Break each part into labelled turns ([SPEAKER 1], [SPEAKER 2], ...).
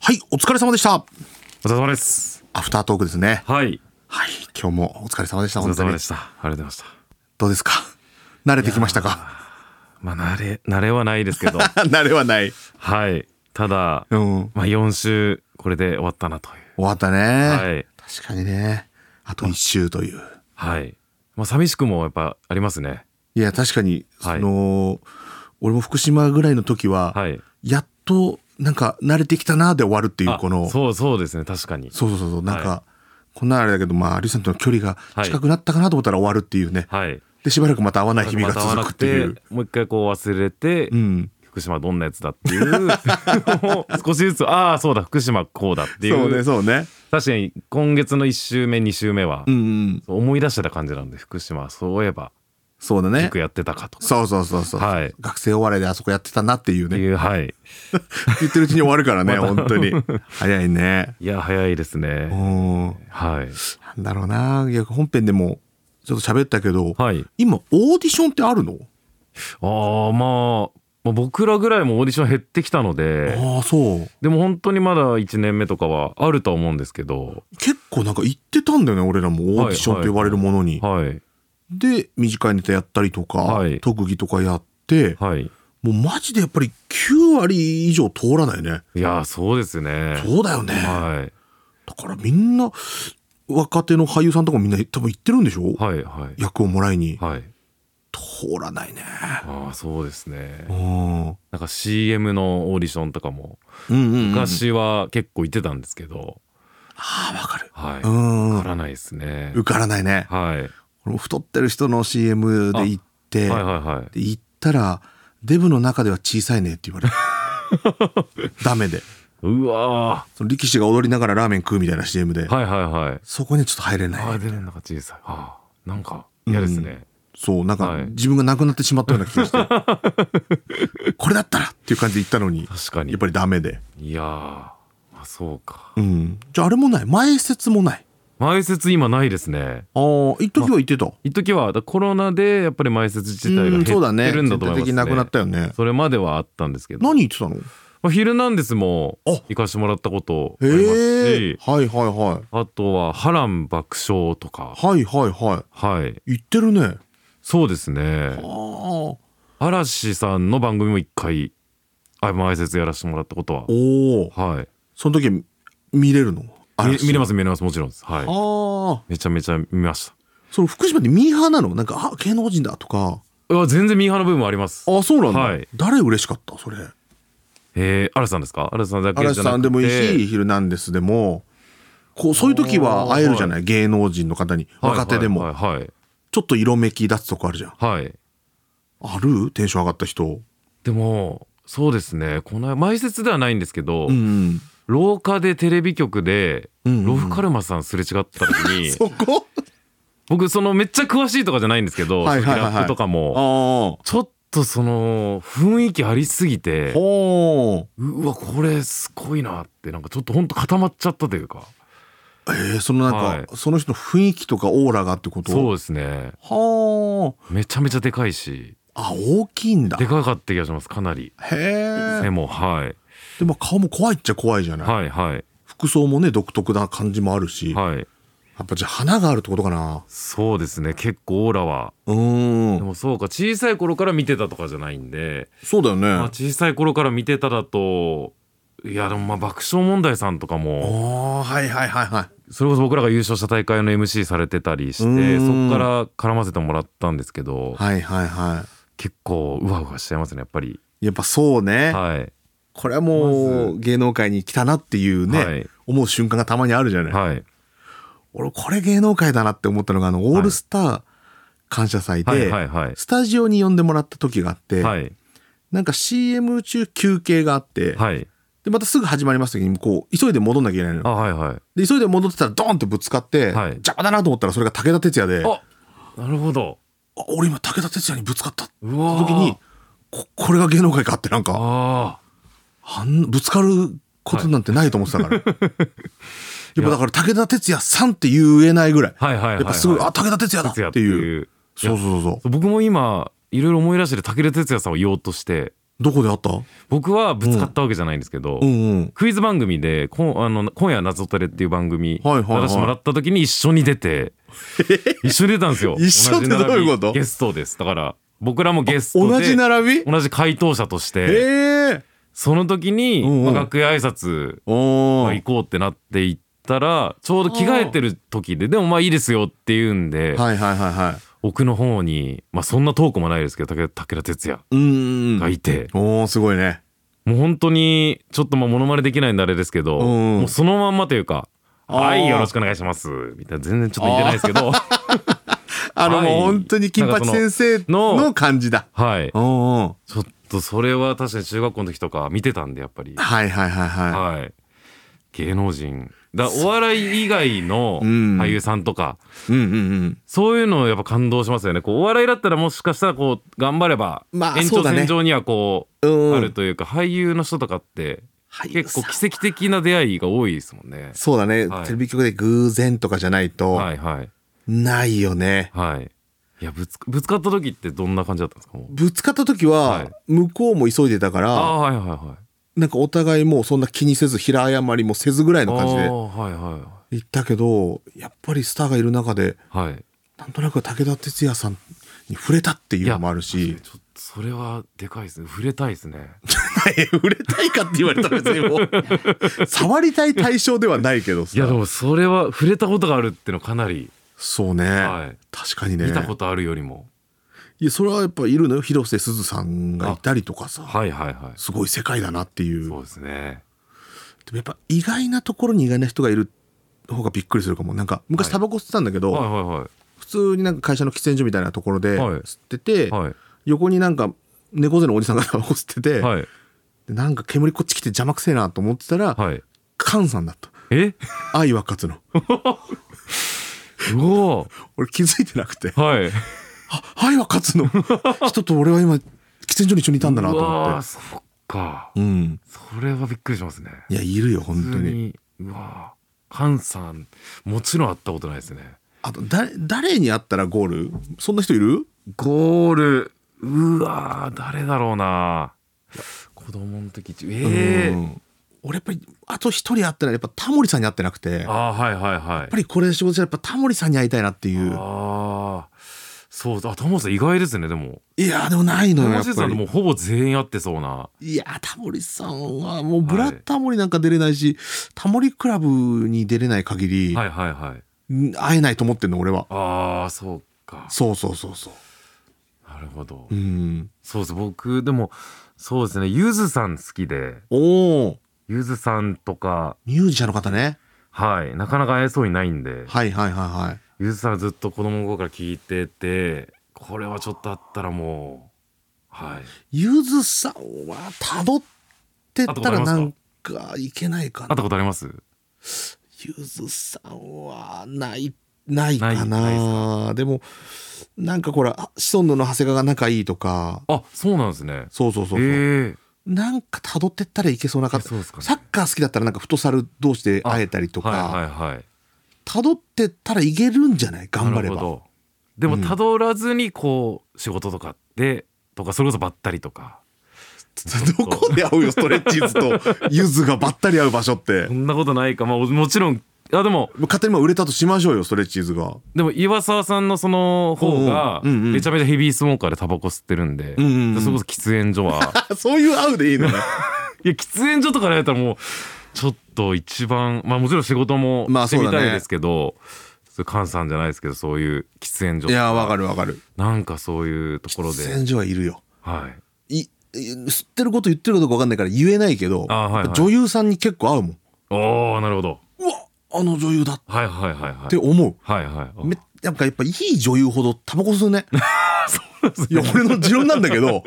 [SPEAKER 1] はい、お疲れ様でした。
[SPEAKER 2] お疲れ様です。
[SPEAKER 1] アフタートークですね。
[SPEAKER 2] はい。
[SPEAKER 1] はい、今日もお疲れ様でした。
[SPEAKER 2] お疲れ
[SPEAKER 1] 本当
[SPEAKER 2] 様
[SPEAKER 1] に
[SPEAKER 2] で。した。ありがとうございました。
[SPEAKER 1] どうですか慣れてきましたか
[SPEAKER 2] まあ、慣れ、慣れはないです けど、
[SPEAKER 1] 慣れはない。
[SPEAKER 2] はい。ただ、
[SPEAKER 1] うん。
[SPEAKER 2] まあ、4週、これで終わったなという。
[SPEAKER 1] 終わったね。
[SPEAKER 2] はい。
[SPEAKER 1] 確かにね。あと一周という。
[SPEAKER 2] はい。まあ、寂しくもやっぱありますね。
[SPEAKER 1] いや、確かに、
[SPEAKER 2] はい
[SPEAKER 1] その、俺も福島ぐらいの時は、
[SPEAKER 2] はい。
[SPEAKER 1] やっと、なんか、慣れてきたなで終わるっていう、
[SPEAKER 2] あ
[SPEAKER 1] この、
[SPEAKER 2] そうそうですね。確かに。
[SPEAKER 1] そうそうそうそう、なんか、
[SPEAKER 2] は
[SPEAKER 1] こんなあれだけど、まあ、有吉さんとの距離が
[SPEAKER 2] はい
[SPEAKER 1] 近くなったかなと思ったら終わるっていうね。
[SPEAKER 2] はい。
[SPEAKER 1] で、しばらくまた会わない日々
[SPEAKER 2] ま
[SPEAKER 1] が
[SPEAKER 2] た会わな
[SPEAKER 1] 続く
[SPEAKER 2] く
[SPEAKER 1] ってい
[SPEAKER 2] て
[SPEAKER 1] う。、
[SPEAKER 2] もう一回こう忘れて、
[SPEAKER 1] うん。
[SPEAKER 2] 福島どんなやつだっていう、 もう少しずつ、ああ、そうだ、福島こうだってい
[SPEAKER 1] そう
[SPEAKER 2] う。
[SPEAKER 1] ね、そうね。
[SPEAKER 2] 確かに、今月の1週目、2週目は
[SPEAKER 1] う、んうん。
[SPEAKER 2] 思い出してた感じなんで、福島、そういえば、
[SPEAKER 1] そうだね
[SPEAKER 2] よ。くやってたかと。
[SPEAKER 1] そうそうそうそう。
[SPEAKER 2] はい
[SPEAKER 1] 学生お笑いであそこやってたなっていう
[SPEAKER 2] って
[SPEAKER 1] ね。
[SPEAKER 2] いうはい
[SPEAKER 1] 言ってるうちに終わるから ね、本当に。早いね。
[SPEAKER 2] いや早いです
[SPEAKER 1] う
[SPEAKER 2] ね
[SPEAKER 1] ん。な
[SPEAKER 2] はい
[SPEAKER 1] んだろうな。いや、本編でもちょっと喋ったけど、
[SPEAKER 2] はい
[SPEAKER 1] 今オーディションってあるの
[SPEAKER 2] あー、まあ、まあ僕らぐらいもオーディション減ってきたので
[SPEAKER 1] ああ、そう。
[SPEAKER 2] でも本当にまだ1年目とかはあるとは思うんですけど
[SPEAKER 1] 結構なんか言ってたんだよね、俺らもオーディションと呼ばれるものに。
[SPEAKER 2] はい
[SPEAKER 1] で、短いネタやったりとか、
[SPEAKER 2] はい
[SPEAKER 1] 特技とかやって、
[SPEAKER 2] はい
[SPEAKER 1] もうマジでやっぱり9割以上通らないね。
[SPEAKER 2] いやーそうですね
[SPEAKER 1] そうだよね。
[SPEAKER 2] はい
[SPEAKER 1] だからみんな、若手の俳優さんとかもみんな多分行ってるんでしょ、
[SPEAKER 2] はいはい
[SPEAKER 1] 役をもらいに。
[SPEAKER 2] はい
[SPEAKER 1] 通らないね。
[SPEAKER 2] ああそうですね
[SPEAKER 1] うん。うん
[SPEAKER 2] なんか CM のオーディションとかも
[SPEAKER 1] うんうん。
[SPEAKER 2] 昔は結構行ってたんですけど、
[SPEAKER 1] ああ、わかる。
[SPEAKER 2] はい、
[SPEAKER 1] う
[SPEAKER 2] わ
[SPEAKER 1] ん
[SPEAKER 2] か。らないですね
[SPEAKER 1] 受からないね。
[SPEAKER 2] はい
[SPEAKER 1] 俺も太ってる人の CM で行って、
[SPEAKER 2] はいはいは
[SPEAKER 1] で
[SPEAKER 2] い
[SPEAKER 1] 行ったら、デブの中では小さいねって言われる。 ダメで。
[SPEAKER 2] うわ
[SPEAKER 1] その力士が踊りながらラーメン食うみたいな CM で、
[SPEAKER 2] ーはいはいはい
[SPEAKER 1] そこにはちょっと入れ
[SPEAKER 2] あ
[SPEAKER 1] な
[SPEAKER 2] あ
[SPEAKER 1] い。
[SPEAKER 2] 出るのが小さいああなんか嫌ですね、
[SPEAKER 1] そう、なんか、
[SPEAKER 2] はい
[SPEAKER 1] 自分がなくなってしまったような気がして。 これだったらっていう感じで行ったのに、
[SPEAKER 2] 確かに
[SPEAKER 1] やっぱりダメで。
[SPEAKER 2] いやーあそうか
[SPEAKER 1] うん。じゃああれもない。前説もない。
[SPEAKER 2] 前説今ないですね
[SPEAKER 1] ああ、一時は行ってた。
[SPEAKER 2] 一時はだコロナでやっぱり前説自体が減
[SPEAKER 1] うんそうだね
[SPEAKER 2] ってるんだと思いますね
[SPEAKER 1] 全体的になくなったよね
[SPEAKER 2] それまではあったんですけど
[SPEAKER 1] 何言ってたの
[SPEAKER 2] まあヒルナンデス」も
[SPEAKER 1] あ
[SPEAKER 2] 行かしてもらったことあります
[SPEAKER 1] へえ
[SPEAKER 2] し、
[SPEAKER 1] はいはいはい。
[SPEAKER 2] あとは「波乱爆笑」とか
[SPEAKER 1] はいはいは
[SPEAKER 2] はい
[SPEAKER 1] い。言ってるね。
[SPEAKER 2] そうですね
[SPEAKER 1] ああ。
[SPEAKER 2] 嵐さんの番組も一回あ前説やらせてもらったことは
[SPEAKER 1] おお。
[SPEAKER 2] はい
[SPEAKER 1] その時見れるの。
[SPEAKER 2] み見れますす見れますもちろんですはい
[SPEAKER 1] ああ。
[SPEAKER 2] めちゃめちゃ見ました
[SPEAKER 1] その福島ってミーハーなのなんか、あ、芸能人だとか。
[SPEAKER 2] うわ全然ミーハーの部分もあります。
[SPEAKER 1] あ、そうなんだ。
[SPEAKER 2] はい
[SPEAKER 1] 誰嬉しかったそれ。
[SPEAKER 2] えー、嵐さんですか嵐さんだけじゃなくて
[SPEAKER 1] 嵐さんでもいいし、ヒルナンデスでも。こう、そういう時は会えるじゃない、芸能人の方に。
[SPEAKER 2] はい
[SPEAKER 1] 若手でも。
[SPEAKER 2] はいはい
[SPEAKER 1] ちょっと色めき出すとこあるじゃん。
[SPEAKER 2] はい、はい
[SPEAKER 1] あるテンション上がった人。
[SPEAKER 2] でもそうですねこの前説ではないんですけど、
[SPEAKER 1] ん。
[SPEAKER 2] 廊下でテレビ局で、
[SPEAKER 1] うんうん
[SPEAKER 2] ロフカルマさんすれ違った時に
[SPEAKER 1] そこ
[SPEAKER 2] 僕そのめっちゃ詳しいとかじゃないんですけど、
[SPEAKER 1] はいはいはいはい
[SPEAKER 2] ラップとかも
[SPEAKER 1] ああ。
[SPEAKER 2] ちょっとその雰囲気ありすぎて
[SPEAKER 1] ほー。
[SPEAKER 2] うわこれすごいなってなんかちょっとほんと固まっちゃったというか
[SPEAKER 1] えー、そのなんか、
[SPEAKER 2] はい
[SPEAKER 1] その人の雰囲気とかオーラがってこと
[SPEAKER 2] そうですね
[SPEAKER 1] は
[SPEAKER 2] めちゃめちゃでかいし
[SPEAKER 1] ああ大きいんだ
[SPEAKER 2] でかかった気がしますかなり。
[SPEAKER 1] へえ
[SPEAKER 2] でもはい
[SPEAKER 1] でも顔も怖いっちゃ怖いじゃない、
[SPEAKER 2] はいはい
[SPEAKER 1] 服装もね独特な感じもあるし、
[SPEAKER 2] はい
[SPEAKER 1] やっぱじゃあ花があるってことかな
[SPEAKER 2] そうですね結構オーラは
[SPEAKER 1] うー
[SPEAKER 2] で
[SPEAKER 1] ん
[SPEAKER 2] もそうか小さい頃から見てたとかじゃないんで、
[SPEAKER 1] そうだよね
[SPEAKER 2] まあ、
[SPEAKER 1] あ
[SPEAKER 2] 小さい頃から見てただといやでもまあ爆笑問題さんとかも
[SPEAKER 1] あはいはいはいは
[SPEAKER 2] それこそ僕らが優勝した大会の MC されてたりし
[SPEAKER 1] う
[SPEAKER 2] てそ
[SPEAKER 1] ん
[SPEAKER 2] こから絡ませてもらったんですけど
[SPEAKER 1] いはいはいは
[SPEAKER 2] 結構うわうわしちゃいますねやっぱり
[SPEAKER 1] いやっぱそうね、
[SPEAKER 2] はい
[SPEAKER 1] これはもう芸能界に来たなっていうね、
[SPEAKER 2] はい
[SPEAKER 1] 思う瞬間がたまにあるじゃない、
[SPEAKER 2] はい
[SPEAKER 1] 俺これ芸能界だなって思ったのがあのオールスター感謝祭で、
[SPEAKER 2] はいはいはい
[SPEAKER 1] スタジオに呼んでもらった時があって、
[SPEAKER 2] はい
[SPEAKER 1] なんか CM 中休憩があって、
[SPEAKER 2] はい
[SPEAKER 1] でまたすぐ始まります時にこう急いで戻んなきゃいけないの
[SPEAKER 2] あ
[SPEAKER 1] よ
[SPEAKER 2] はいはい
[SPEAKER 1] で急いで戻ってたらドーンってぶつかって、
[SPEAKER 2] はい
[SPEAKER 1] 邪魔だなと思ったらそれが武田鉄矢であ
[SPEAKER 2] あなるほど
[SPEAKER 1] 俺今武田鉄矢にぶつかったって
[SPEAKER 2] うわー
[SPEAKER 1] 時にここれが芸能界かってなんか
[SPEAKER 2] ああ
[SPEAKER 1] あんぶつかることなんてないと思ってた から、やっぱだから武田鉄矢さんって言えないぐらい、
[SPEAKER 2] はいはいはい、はい、
[SPEAKER 1] やっぱすごい、あ武田鉄矢だ
[SPEAKER 2] 哲也
[SPEAKER 1] っていう
[SPEAKER 2] う
[SPEAKER 1] そうそうそうそ
[SPEAKER 2] 僕も今いろいろ思い出してる武田鉄矢さんを言おうとして
[SPEAKER 1] うどこであった
[SPEAKER 2] 僕はぶつかったわけじゃないんですけど、
[SPEAKER 1] うんうん。
[SPEAKER 2] クイズ番組で「こんあの今夜は謎トレ」っていう番組出
[SPEAKER 1] はいはいはい
[SPEAKER 2] してもらった時に一緒に 出て、一緒に出たんですよ
[SPEAKER 1] 一緒ってどういうこと
[SPEAKER 2] 同じ並びゲストですだから僕らもゲストで
[SPEAKER 1] 同じ並び
[SPEAKER 2] 同じ回答者として
[SPEAKER 1] ええ。
[SPEAKER 2] その時に、
[SPEAKER 1] うんうん
[SPEAKER 2] まあ楽屋挨拶
[SPEAKER 1] お
[SPEAKER 2] まあ
[SPEAKER 1] ー
[SPEAKER 2] 行こうってなって行ったらちょうど着替えてる時ででもまあいいですよって言うんで、
[SPEAKER 1] はいはいはいはい。
[SPEAKER 2] 奥の方にまあそんな遠くもないですけど武田武田鉄矢
[SPEAKER 1] うんうんうん。
[SPEAKER 2] がいて、
[SPEAKER 1] おー、すごいね。
[SPEAKER 2] もう本当にちょっとまあモノマネできないんであれですけど、
[SPEAKER 1] うん
[SPEAKER 2] もうそのまんまというか「
[SPEAKER 1] あー
[SPEAKER 2] はいよろしくお願いします」みたいな全然ちょっと言ってないですけ ど
[SPEAKER 1] あの、
[SPEAKER 2] はい
[SPEAKER 1] もう本当に金八先生
[SPEAKER 2] の
[SPEAKER 1] の感じだ。
[SPEAKER 2] はい
[SPEAKER 1] うんうん。
[SPEAKER 2] ちょっとそれは確かに中学校の時とか見てたんでやっぱり
[SPEAKER 1] はいはいはいは
[SPEAKER 2] はい芸能人だお笑い以外の
[SPEAKER 1] うん
[SPEAKER 2] 俳優さんとか、
[SPEAKER 1] い。うんうんうん。
[SPEAKER 2] そういうのやっぱ感動しますよね。こうお笑いだったらもしかしたらこう頑張れば
[SPEAKER 1] まあ
[SPEAKER 2] 延
[SPEAKER 1] そう
[SPEAKER 2] 長
[SPEAKER 1] だね
[SPEAKER 2] 線上にはこう
[SPEAKER 1] うん
[SPEAKER 2] あるというか俳優の人とかって結構奇跡的な出会いが多いですもんね。
[SPEAKER 1] そうだね、
[SPEAKER 2] はい
[SPEAKER 1] テレビ局で偶然とかじゃないと、
[SPEAKER 2] はいはい
[SPEAKER 1] ないよね。
[SPEAKER 2] はい。いやぶつかぶつかった時ってどんな感じだったんですか。もう
[SPEAKER 1] ぶつかった時
[SPEAKER 2] は、
[SPEAKER 1] はい向こうも急いでたか
[SPEAKER 2] ああ
[SPEAKER 1] ら、
[SPEAKER 2] はいはいはい。
[SPEAKER 1] なんかお互いもうそんな気にせず、平謝りもせずぐらいの感じ
[SPEAKER 2] あ
[SPEAKER 1] で
[SPEAKER 2] あはいは
[SPEAKER 1] 行ったけど、やっぱりスターがいる中で、
[SPEAKER 2] いはい。
[SPEAKER 1] なんとなく武田鉄矢さんに触れたっていうのもある
[SPEAKER 2] い や
[SPEAKER 1] し、
[SPEAKER 2] ちょっとそれはでかいですね。触れたいですね。
[SPEAKER 1] 触れたいかって言われたら別にもう、触りたい対象ではないけどさ
[SPEAKER 2] いやでもそれは触れたことがあるっていうのかなり
[SPEAKER 1] そうね、
[SPEAKER 2] はい
[SPEAKER 1] 確かにね。
[SPEAKER 2] 見たことあるよりも。
[SPEAKER 1] いや、それはやっぱいるのよ。広瀬すずさんがいたりとかさ、
[SPEAKER 2] はいはいは
[SPEAKER 1] すごい世界だなっていう。
[SPEAKER 2] い。
[SPEAKER 1] で
[SPEAKER 2] そ
[SPEAKER 1] も
[SPEAKER 2] うですね。
[SPEAKER 1] やっぱ意外なところに意外な人がいる方がびっくりするかも。なんか昔
[SPEAKER 2] はい
[SPEAKER 1] タバコ吸ってたんだけど、
[SPEAKER 2] はいは
[SPEAKER 1] 普通になんか会社の喫煙所みたいなところで
[SPEAKER 2] はい
[SPEAKER 1] 吸ってて、
[SPEAKER 2] いはいはい。
[SPEAKER 1] 横になんか猫背のおじさんがタバコ吸ってて、
[SPEAKER 2] はい。
[SPEAKER 1] でなんか煙こっち来て邪魔くせえなと思ってたら、
[SPEAKER 2] はい。
[SPEAKER 1] カンさんだった。
[SPEAKER 2] え
[SPEAKER 1] 愛は勝つの。
[SPEAKER 2] うお
[SPEAKER 1] 俺気づいてなく て、
[SPEAKER 2] はい。
[SPEAKER 1] あ、愛は勝つの。 人と俺は今喫煙所に一緒にいたんだなと
[SPEAKER 2] う
[SPEAKER 1] 思
[SPEAKER 2] わー
[SPEAKER 1] って。
[SPEAKER 2] そっか。
[SPEAKER 1] うん。
[SPEAKER 2] それはびっくりしますね。
[SPEAKER 1] いや、いるよ、本
[SPEAKER 2] 普
[SPEAKER 1] 当
[SPEAKER 2] 通
[SPEAKER 1] に。
[SPEAKER 2] に。うわーカンさん、もちろん会ったことないですね。
[SPEAKER 1] あとだ誰に会ったらゴールそんな人いる
[SPEAKER 2] ゴール。うわー誰だろうな。子供の時、ええ
[SPEAKER 1] うん俺やっぱりあと一人会ってないやっぱタモリさんに会ってなくてやっ
[SPEAKER 2] ああー、はいはいはい
[SPEAKER 1] ぱ。りこれで仕事じゃやっぱタモリさんに会いたいなっていう
[SPEAKER 2] ああ。そうだ、あタモリさん意外ですね、でも。
[SPEAKER 1] いやでもない
[SPEAKER 2] タ
[SPEAKER 1] のよや
[SPEAKER 2] モ
[SPEAKER 1] っ
[SPEAKER 2] リ
[SPEAKER 1] ぱ
[SPEAKER 2] さんで
[SPEAKER 1] り
[SPEAKER 2] もほぼ全員会ってそうな。
[SPEAKER 1] いやタモリさんはもう「ブ
[SPEAKER 2] は
[SPEAKER 1] ラ
[SPEAKER 2] い
[SPEAKER 1] タモリ」なんか出れないし、タモリクラブに出れない限り、
[SPEAKER 2] はいはいはい。
[SPEAKER 1] ん会えないと思ってんの俺は
[SPEAKER 2] ああ、そうか。
[SPEAKER 1] そうそうそうそう
[SPEAKER 2] なるほど
[SPEAKER 1] う。ん
[SPEAKER 2] そうです僕でもそうですねゆずさん好きで
[SPEAKER 1] おお
[SPEAKER 2] ゆずさんとか
[SPEAKER 1] ミュージシャンの方ね
[SPEAKER 2] はいなかなか会えそうにないんで
[SPEAKER 1] はいはいはいはい
[SPEAKER 2] ゆずさんはずっと子供の頃から聞いててこれはちょっとあったらもうはい
[SPEAKER 1] ゆずさんはたどってったらなんかいけないか
[SPEAKER 2] 会っ
[SPEAKER 1] な
[SPEAKER 2] たことあります
[SPEAKER 1] ゆずさんはないないかな
[SPEAKER 2] ない
[SPEAKER 1] でもなんかほらあシソンヌの長谷川が仲いいとか
[SPEAKER 2] あそうなんですね
[SPEAKER 1] そうそうそうそう、
[SPEAKER 2] え
[SPEAKER 1] なんかたどってったらいけそうな
[SPEAKER 2] え
[SPEAKER 1] 感じ
[SPEAKER 2] そうですかね
[SPEAKER 1] サッカー好きだったらなんかフットサル同士で会えたりと
[SPEAKER 2] はい
[SPEAKER 1] か
[SPEAKER 2] はいはい
[SPEAKER 1] たどってったらいけるんじゃない頑張れ
[SPEAKER 2] なるほ
[SPEAKER 1] ば
[SPEAKER 2] どでも
[SPEAKER 1] うん
[SPEAKER 2] たどらずにこう仕事とかでとかそれこそばったりとか
[SPEAKER 1] どこで会うよストレッチーズとゆずがばったり会う場所って
[SPEAKER 2] そんなことないかまあもちろんあでも
[SPEAKER 1] 勝手にまあ売れたとしましょうよストレッチーズが
[SPEAKER 2] でも岩沢さんのその方が
[SPEAKER 1] うんうんうんうん
[SPEAKER 2] めちゃめちゃヘビースモーカーでタバコ吸ってるんで、
[SPEAKER 1] うんうんうん
[SPEAKER 2] それこそ喫煙所 は
[SPEAKER 1] あ そういう会うでいいのね
[SPEAKER 2] いや喫煙所とかでやったらもうちょっと一番まあもちろん仕事も
[SPEAKER 1] まあ
[SPEAKER 2] してみ
[SPEAKER 1] そうだ
[SPEAKER 2] たい
[SPEAKER 1] ね
[SPEAKER 2] ですけど、そう菅さんじゃないですけどそういう喫煙所
[SPEAKER 1] いやわ
[SPEAKER 2] わ
[SPEAKER 1] かるわかる
[SPEAKER 2] なんかそういうところで
[SPEAKER 1] 戦場はいるよ
[SPEAKER 2] はい
[SPEAKER 1] いい吸ってること言ってることか分かんないから言えないけど、
[SPEAKER 2] あはいはい
[SPEAKER 1] やっぱ女優さんに結構合うもん
[SPEAKER 2] おーなるほど
[SPEAKER 1] うわあの女優だっ
[SPEAKER 2] はいはいはいはい
[SPEAKER 1] て思う、
[SPEAKER 2] はいはい
[SPEAKER 1] めなんかやっぱいい女優ほどタバコ吸う ねいや俺の持論なんだけ ど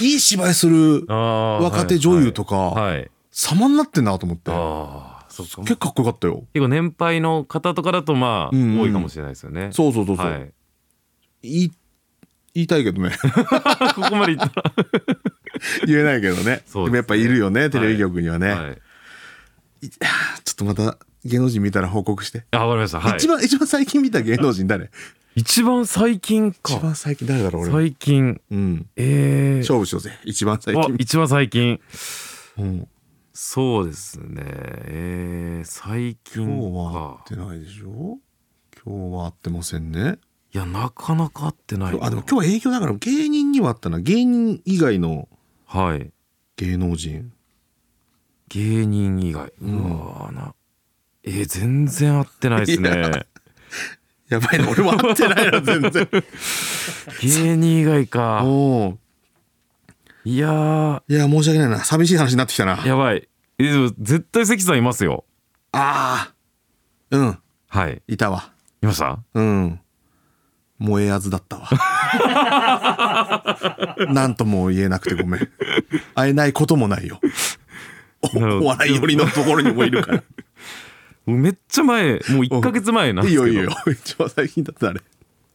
[SPEAKER 1] いい芝居する若
[SPEAKER 2] 若
[SPEAKER 1] 手女優とか、
[SPEAKER 2] はい、はい
[SPEAKER 1] 様になってんなと思って
[SPEAKER 2] ああそっか
[SPEAKER 1] 結構かっこよかったよ
[SPEAKER 2] 結構年配の方とかだとまあ、
[SPEAKER 1] うんうん
[SPEAKER 2] 多いかもしれないですよね
[SPEAKER 1] そうそうそうそう、
[SPEAKER 2] はい
[SPEAKER 1] 言い言いたいけどね
[SPEAKER 2] ここまでいったら、
[SPEAKER 1] 言えないけどねで
[SPEAKER 2] そうですね
[SPEAKER 1] もやっぱいるよねテレビ局にはね、
[SPEAKER 2] はい
[SPEAKER 1] ちょっとまた芸能人見たら報告して、
[SPEAKER 2] あ、わかりました。はい。
[SPEAKER 1] 一番一番最近見た芸能人誰
[SPEAKER 2] 一番最近
[SPEAKER 1] 一
[SPEAKER 2] か
[SPEAKER 1] 番最近誰だろう俺、
[SPEAKER 2] 最近
[SPEAKER 1] うん、
[SPEAKER 2] えー、
[SPEAKER 1] 勝負しようぜ一番最
[SPEAKER 2] あ
[SPEAKER 1] 近、
[SPEAKER 2] 一番最近
[SPEAKER 1] うん、
[SPEAKER 2] そうですねえー、最近
[SPEAKER 1] 今日は
[SPEAKER 2] か
[SPEAKER 1] 会ってないでしょ今日は会ってませんね
[SPEAKER 2] いやなかなか会ってないな
[SPEAKER 1] あでも今日は営業だから芸人にはあったな芸人以外の
[SPEAKER 2] はい
[SPEAKER 1] 芸能人
[SPEAKER 2] 芸人以外う
[SPEAKER 1] うん
[SPEAKER 2] わーなえー、全然会ってないです
[SPEAKER 1] い
[SPEAKER 2] ね
[SPEAKER 1] ややばいな俺も会ってないな全 然
[SPEAKER 2] 芸人以外か
[SPEAKER 1] おー
[SPEAKER 2] いやー
[SPEAKER 1] いや申し訳ないな寂しい話になってきたな
[SPEAKER 2] やばいえでも絶対関さんいますよ
[SPEAKER 1] あーうん
[SPEAKER 2] はい
[SPEAKER 1] いたわ
[SPEAKER 2] いました
[SPEAKER 1] うん燃えあずだったわ なんとも言えなくてごめん会えないこともないよお
[SPEAKER 2] なるほど
[SPEAKER 1] お笑い寄りのところにもいるから
[SPEAKER 2] めっちゃ前もう1か月前なんで
[SPEAKER 1] いい
[SPEAKER 2] すけど
[SPEAKER 1] よいいよ一番最近だったあれ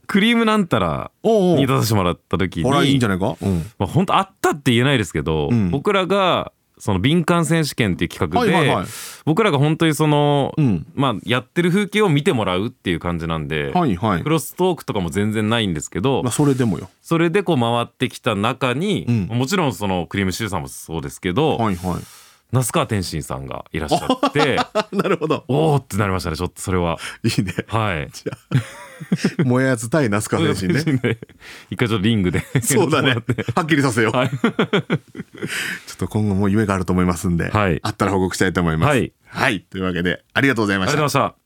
[SPEAKER 2] クリームなんたら
[SPEAKER 1] おうお
[SPEAKER 2] に
[SPEAKER 1] う
[SPEAKER 2] 出させてもらった時に
[SPEAKER 1] ほらいいんじゃないかうん
[SPEAKER 2] まあ本当あったって言えないですけど、
[SPEAKER 1] うん
[SPEAKER 2] 僕らがその敏感選手権っていう企画で、
[SPEAKER 1] はいはいはい
[SPEAKER 2] 僕らが本当にその、
[SPEAKER 1] うん
[SPEAKER 2] まあ、やってる風景を見てもらうっていう感じなんで、
[SPEAKER 1] はいはい
[SPEAKER 2] クロストークとかも全然ないんですけど、
[SPEAKER 1] まあそれでもよ
[SPEAKER 2] それでこう回ってきた中に、
[SPEAKER 1] うん
[SPEAKER 2] もちろんそのクリームシチューさんもそうですけど、
[SPEAKER 1] はい は
[SPEAKER 2] 那須川天心さんがいらっしゃって
[SPEAKER 1] いなるほど
[SPEAKER 2] おおってなりましたねちょっとそれは。
[SPEAKER 1] いいね
[SPEAKER 2] はい
[SPEAKER 1] 燃えあず対 那須川天 心ね
[SPEAKER 2] 一回ちょっとリングで
[SPEAKER 1] そうだね
[SPEAKER 2] やってもらって。
[SPEAKER 1] はっきりさせよう。
[SPEAKER 2] はい
[SPEAKER 1] ちょっと今後も夢があると思いますんで、
[SPEAKER 2] はい
[SPEAKER 1] あったら報告したいと思います。
[SPEAKER 2] はい。
[SPEAKER 1] はい。というわけで、ありがとうございま
[SPEAKER 2] ありがとうご
[SPEAKER 1] し
[SPEAKER 2] ざい
[SPEAKER 1] た
[SPEAKER 2] ま。した